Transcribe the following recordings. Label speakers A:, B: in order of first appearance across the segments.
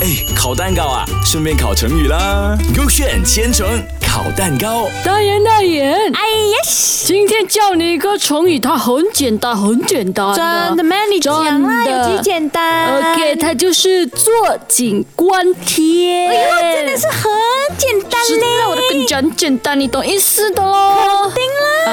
A: 哎，烤蛋糕啊，顺便烤成语啦。勾选千层烤蛋糕，
B: 大眼大眼，
C: 哎呀，嘘
B: 今天教你一个成语，它很简单，很简单。
C: 真的吗？你讲啦，
B: 真的
C: 有几简单
B: OK，它就是坐井观天。
C: 哎呦，真的是很简单
B: 是
C: 嘞。
B: 那我的跟你讲简单，你懂意思的喽。
C: 定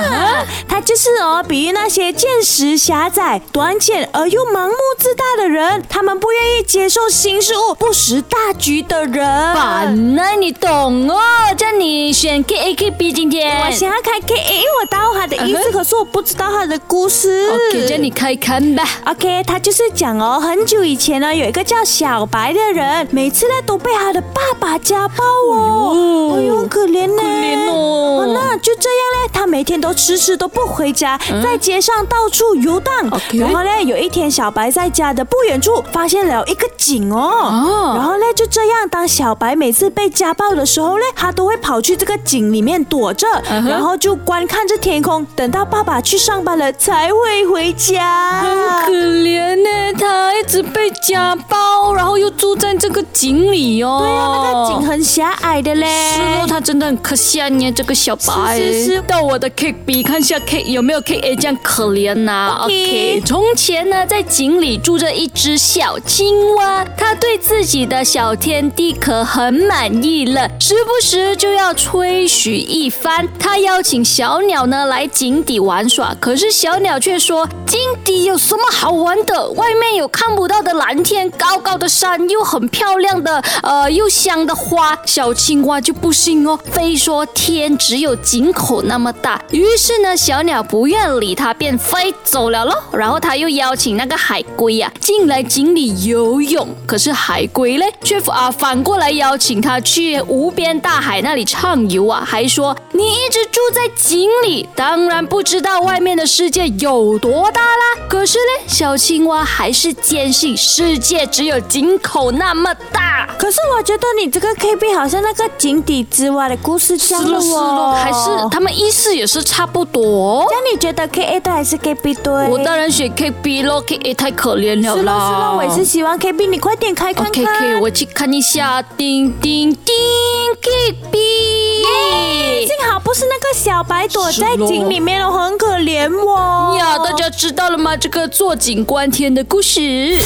C: 啦，它就是哦，比喻那些见识狭窄、短浅而又盲目自大的人，他们不愿意接受新事物、不识大局的人。
B: 板呢？你懂哦，叫你选 K A K B 今天。
C: 我想要开 K A，因为我打懂他的意思，
B: 嗯哼
C: 可是我不知道他的故事。
B: OK，叫你开看吧。
C: OK，他就是讲哦，很久以前呢，有一个叫小白的人，每次呢都被他的爸爸家暴哦，
B: 哎
C: 哎
B: 呦
C: 呦，很可怜呢，
B: 可怜哦
C: 那就这样嘞，他每天都迟迟都不回家，在街上到处游荡。
B: 嗯 OK
C: 然后呢，有一天小白在家的不远处发现了一个井哦，
B: 哦
C: 然后呢就这样，当小白每次被家暴的时候呢，他都会跑去这个井里面躲着，
B: 嗯哼
C: 然后就观看着天空，等到爸爸去上班了才会回家。
B: 很可怜呢，他一直被家暴，然后又住在这个井里哦。对
C: 那个井很狭隘的嘞。
B: 是哦，他真的很可惜啊，你这个小白。
C: 是是是
B: 到我的 K B 看一下 K 有没有 K A 这样可怜呐、
C: OK
B: 从前呢，在井里住着一只小青蛙，它对自己的小天地可很满意了，时不时就要吹嘘一番。它邀请小鸟呢来井底玩耍，可是小鸟却说：“井底有什么好玩的？外面有看不到的蓝天，高高的山，又很漂亮的呃又香的花。”小青蛙就不信哦，非说天只有井口那么大。于是呢，小鸟不愿理它，便飞走了喽。然后它又邀请那个海龟呀、进来井里游泳，可是海龟嘞却啊反过来邀请它去无边大海那里畅游啊，还说你一直住在井里，当然不知道外面的世界有多大啦。可是嘞，小青蛙还是坚信世界只有井口那么大。
C: 可是我觉得你这个 K B 好像那个井底之蛙的故事这样的哦，
B: 还是他们意思也是差不多。哦
C: 那你觉得 K A 对还是 K B 对？
B: 我当然选 K B 咯，K A 太可怜了啦。
C: 是咯是咯，我也是希望 K B 你快点开看
B: OK
C: 看。
B: K，我去看一下。叮叮叮，K B。
C: 幸好不是那个小白躲在
B: 是咯
C: 井里面哦，很可怜哦。
B: 呀，大家知道了吗？这个坐井观天的故事。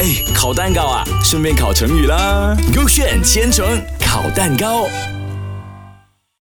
A: 哎，烤蛋糕啊，顺便烤成语啦。勾选千层烤蛋糕。